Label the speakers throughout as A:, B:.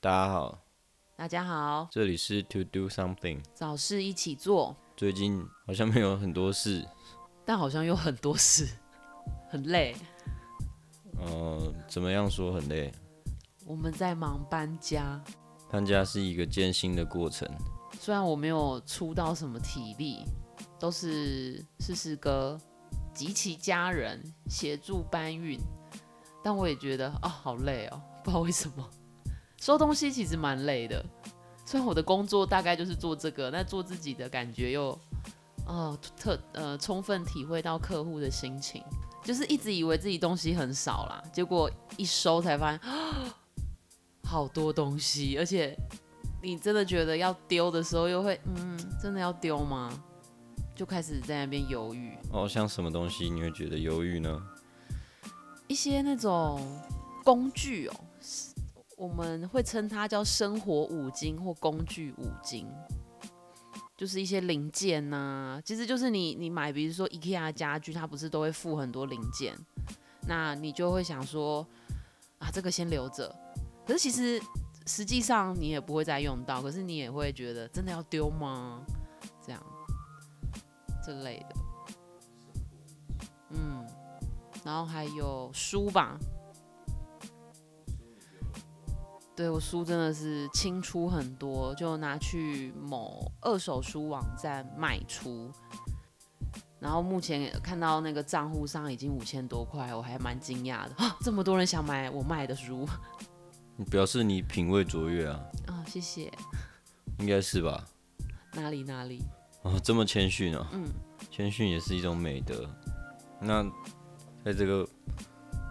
A: 大家好，
B: 大家好，
A: 这里是 To Do Something。
B: 早事一起做，
A: 最近好像没有很多事，
B: 但好像有很多事， 很累。
A: 呃，怎么样说很累？
B: 我们在忙搬家，
A: 搬家是一个艰辛的过程，
B: 虽然我没有出到什么体力，都是思思哥及其家人协助搬运，但我也觉得啊、好累哦，不知道为什么。收东西其实蛮累的，虽然我的工作大概就是做这个，但做自己的感觉又哦特呃充分体会到客户的心情，就是一直以为自己东西很少啦，结果一收才发现、 啊、好多东西，而且你真的觉得要丢的时候，又会嗯，真的要丢吗？就开始在那边犹豫。
A: 哦，像什么东西你会觉得犹豫呢？
B: 一些那种工具哦，是我们会称它叫生活五金或工具五金，就是一些零件呐、其实就是你你买，比如说 IKEA 的家具，它不是都会附很多零件，那你就会想说啊，这个先留着。可是其实实际上你也不会再用到，可是你也会觉得真的要丢吗？这样这类的，嗯，然后还有书吧，对我书真的是清出很多，就拿去某二手书网站卖出。然后目前看到那个账户上已经五千多块，我还蛮惊讶的、 啊，这么多人想买我卖的书
A: 你表示你品味卓越啊，
B: 啊！谢谢，
A: 应该是吧？
B: 哪里哪里，
A: 哦，这么谦逊啊，
B: 嗯，
A: 谦逊也是一种美德。那在这个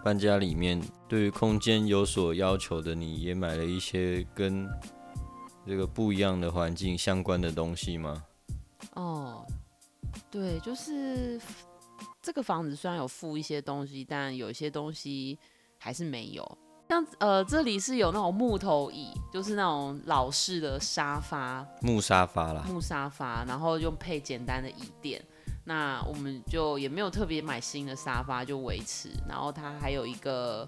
A: 搬家里面，对于空间有所要求的你，也买了一些跟这个不一样的环境相关的东西吗？
B: 哦，对，就是这个房子虽然有附一些东西，但有一些东西还是没有。像呃，这里是有那种木头椅，就是那种老式的沙发，
A: 木沙发啦，
B: 木沙发，然后用配简单的椅垫。那我们就也没有特别买新的沙发，就维持。然后它还有一个，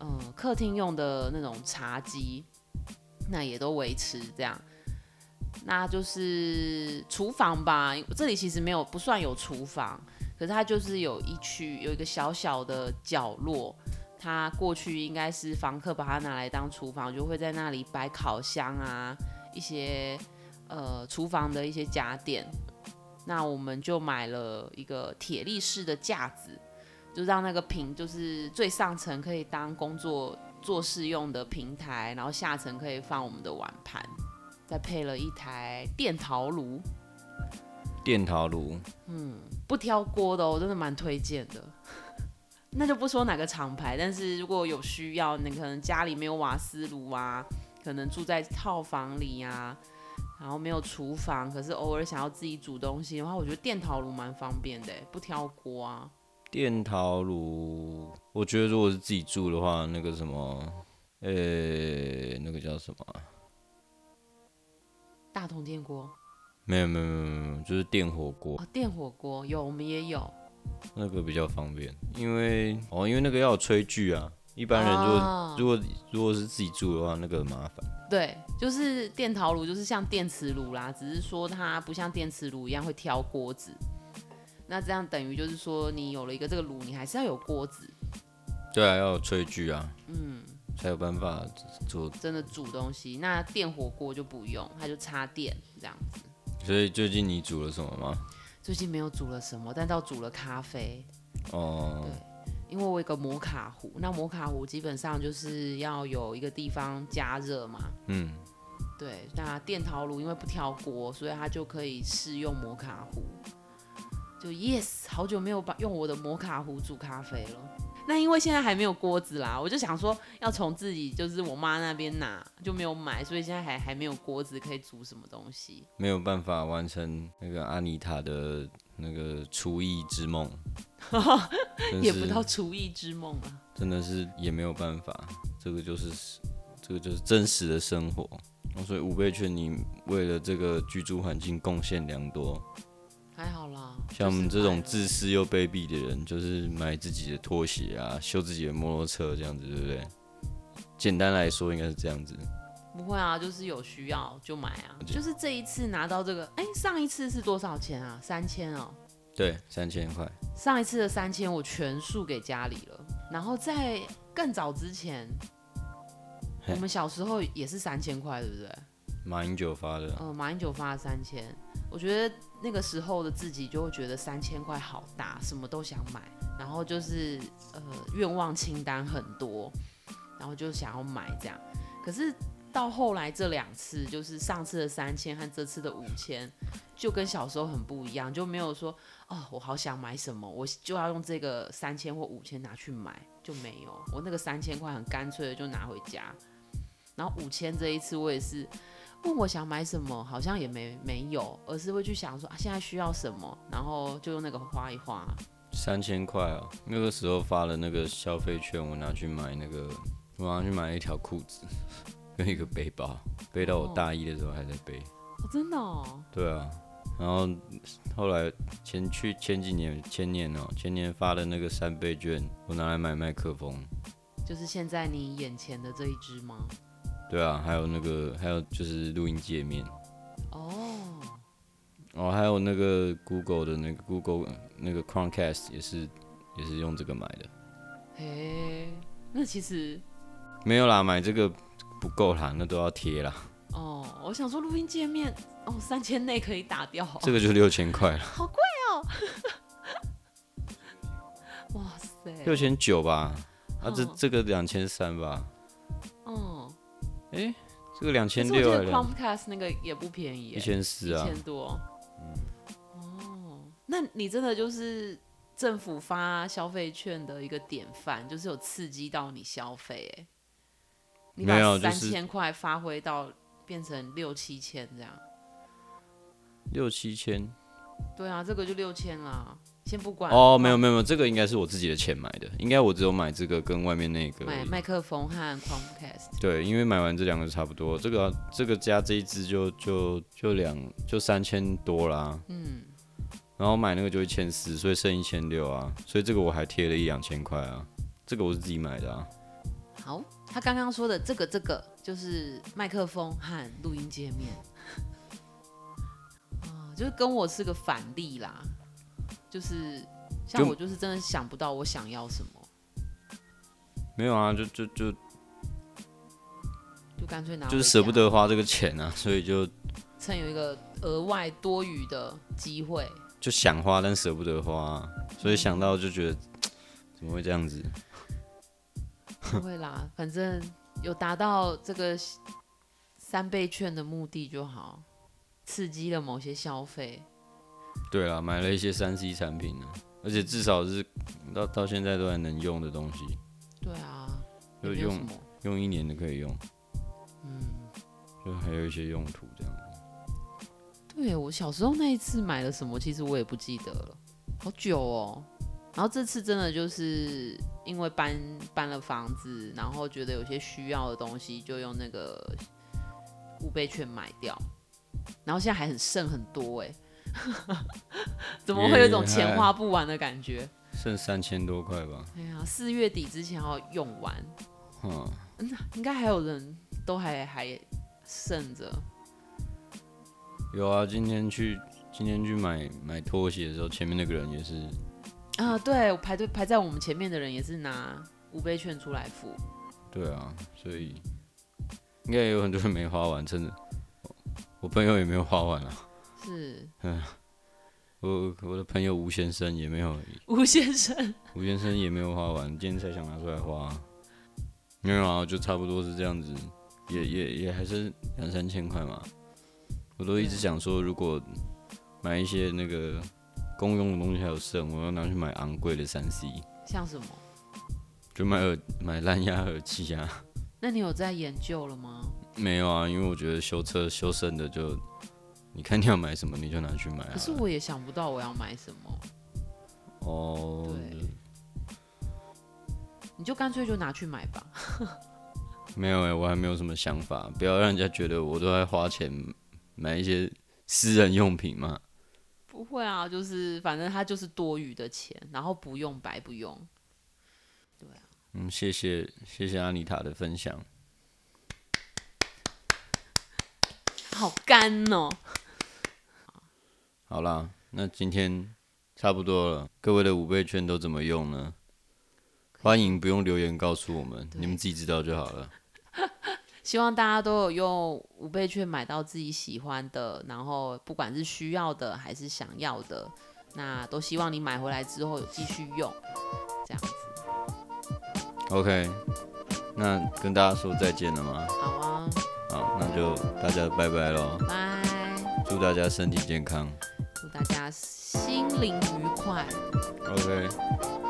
B: 嗯、客厅用的那种茶几，那也都维持这样。那就是厨房吧，这里其实没有不算有厨房，可是它就是有一区有一个小小的角落，它过去应该是房客把它拿来当厨房，就会在那里摆烤箱啊，一些呃厨房的一些家电。那我们就买了一个铁力式的架子，就让那个平就是最上层可以当工作做事用的平台，然后下层可以放我们的碗盘，再配了一台电陶炉，
A: 电陶炉，
B: 不挑锅的、哦，我真的蛮推荐的。 那就不说哪个厂牌，但是如果有需要，你可能家里没有瓦斯炉啊，可能住在套房里啊，然后没有厨房，可是偶尔想要自己煮东西的话，我觉得电陶炉蛮方便的，欸不挑锅啊。
A: 电陶炉，我觉得如果是自己住的话，那个什么，呃、那个叫什么啊？
B: 大同电锅
A: 没有没有没有没有，就是电火锅
B: 哦，电火锅有，我们也有。
A: 那个比较方便，因为哦，因为那个要有炊具啊。一般人如果、
B: 啊
A: 如果如果是自己住的话，那个很麻烦。
B: 对，就是电陶炉，就是像电磁炉啦，只是说它不像电磁炉一样会挑锅子。那这样等于就是说，你有了一个这个炉，你还是要有锅子，
A: 对啊，要有炊具啊，嗯，才有办法做。
B: 真的煮东西。那电火锅就不用，它就插电这样子。
A: 所以最近你煮了什么吗？
B: 最近没有煮了什么，但倒煮了咖啡，
A: 哦，
B: 因为我有一个摩卡壶。那摩卡壶基本上就是要有一个地方加热嘛。
A: 嗯，
B: 对，那电陶炉因为不挑锅，所以它就可以试用摩卡壶。就 yes，好久没有把用我的摩卡壶煮咖啡了。那因为现在还没有锅子啦，我就想说要从自己就是我妈那边拿，就没有买，所以现在还还没有锅子可以煮什么东西。
A: 没有办法完成那个阿妮塔的那个厨艺之梦，真
B: 也不
A: 是
B: 到厨艺之梦啊。
A: 真的是也没有办法，这个就是这个就是真实的生活。所以五倍券，你为了这个居住环境贡献良多。
B: 还好啦，
A: 像我们
B: 就
A: 这
B: 是买
A: 种
B: 了
A: 自私又卑鄙的人，就是买自己的拖鞋啊，修自己的摩托车这样子，对不对？简单来说，应该是这样子。
B: 不会啊，就是有需要就买啊。就是这一次拿到这个，哎，上一次是多少钱啊？三千哦。
A: 对，三千块，
B: 上一次的三千我全数给家里了，然后在更早之前，
A: 嘿
B: 我们小时候也是三千块，对不对？
A: 马英九发的啊，
B: 呃，马英九发了三千，我觉得那个时候的自己就会觉得三千块好大，什么都想买，然后就是呃愿望清单很多，然后就想要买这样。可是到后来这两次，就是上次的三千和这次的五千，就跟小时候很不一样，就没有说哦，我好想买什么，我就要用这个三千或五千拿去买，就没有。我那个三千块很干脆的就拿回家，然后五千这一次我也是。问我想买什么，好像也没没有，而是会去想说啊，现在需要什么，然后就用那个花一花。
A: 三千块哦。那个时候发了那个消费券，我拿去买那个，我拿去买了一条裤子 跟一个背包，背到我大一的时候还在背。
B: 哦，真的哦，
A: 对啊，然后后来前去前几年前年哦、前年发的那个三倍券，我拿来买麦克风。
B: 就是现在你眼前的这一只吗？
A: 对啊，还有那个还有就是录音界面，
B: 哦，
A: 哦，还有那个 Google 的那个 Google 那个 Chromecast 也是也是用这个买的。
B: 嘿，那其实
A: 没有啦，买这个不够啦，那都要贴啦，
B: 哦，我想说录音界面哦，三千内可以打掉、哦
A: 这个就六千块了，
B: 好贵哦。 哇
A: 六
B: 塞，
A: 千九吧，啊这
B: 嗯
A: 这个两千三吧，
B: 嗯，
A: 这个两
B: 其
A: 千
B: 实我记
A: 六
B: 得
A: 啊，
B: Chromecast 那个也不便宜耶，
A: 一千四啊嗯
B: 一，千多。哦，那你真的就是政府发消费券的一个典范，就是有刺激到你消费，哎，你
A: 没有
B: 把
A: 就
B: 三
A: 是
B: 千块发挥到变成六七千这样。
A: 六七千。
B: 对啊，这个就六千啦，先不管
A: 哦，没有没有，没有这个应该是我自己的钱买的，应该我只有买这个跟外面那个而
B: 买
A: 已。
B: 麦克风和 Chromecast。
A: 对，因为买完这两个差不多，这个啊这个加这一支就就就两就三千多啦。嗯，然后买那个就一千四，所以剩一千六啊，所以这个我还贴了一两千块啊，这个我是自己买的啊。
B: 好，他刚刚说的这个这个就是麦克风和录音界面， 啊，就是跟我是个反例啦，就是像
A: 就
B: 我就是真的想不到我想要什么，
A: 没有啊，就就就
B: 就干脆拿回家，
A: 就是舍不得花这个钱啊，所以就
B: 趁有一个额外多余的机会。
A: 就想花，但舍不得花啊、所以想到就觉得怎么会这样子？
B: 不会啦，反正有达到这个三倍券的目的就好，刺激了某些消费。
A: 对啦，买了一些三 C 产品呢、啊而且至少是到到现在都还能用的东西，
B: 对啊，也
A: 就
B: 没有什
A: 用
B: 么。
A: 用一年的可以用，嗯，就还有一些用途这样。
B: 对我小时候那一次买了什么，其实我也不记得了，好久哦。然后这次真的就是因为搬搬了房子，然后觉得有些需要的东西，就用那个五倍券买掉。然后现在还很剩很多哎， 怎么会有一种钱花不完的感觉？
A: 剩三千多块吧，
B: 哎呀，四月底之前要用完，
A: 嗯，
B: 应该还有人都还还剩着。
A: 有啊，今天去今天去买买拖鞋的时候，前面那个人也是，
B: 啊，对，我排队排在我们前面的人也是拿五倍券出来付。
A: 对啊，所以应该也有很多人没花完，真的，我我朋友也没有花完啊，
B: 是
A: 我我的朋友吴先生也没有，
B: 吴先生，
A: 吴先生也没有花完，今天才想拿出来花、没有啊，就差不多是这样子，也也也还是两三千块嘛。我都一直想说，如果买一些那个公用的东西还有剩，我要拿去买昂贵的三 C，
B: 像什么？
A: 就买耳买蓝牙耳机啊。
B: 那你有在研究了吗？
A: 没有啊，因为我觉得修车修剩的就，你看你要买什么你就拿去买啊
B: 可。是我也想不到我要买什么。
A: 哦，
B: 对，你就干脆就拿去买吧。
A: 没有哎、我还没有什么想法，不要让人家觉得我都在花钱买一些私人用品嘛。
B: 不会啊，就是反正它就是多余的钱，然后不用白不用。
A: 嗯，谢谢谢谢阿妮塔的分享。
B: 好干哦。
A: 好啦，那今天差不多了，各位的五倍券都怎么用呢？欢迎不用留言告诉我们，你们自己知道就好了。
B: 希望大家都有用五倍券买到自己喜欢的，然后不管是需要的还是想要的，那都希望你买回来之后有继续用，这样子。
A: OK，那跟大家说再见了吗？
B: 好啊，
A: 好，那就大家拜拜喽，
B: 拜，
A: 祝大家身体健康。
B: 祝大家心灵愉快。
A: OK，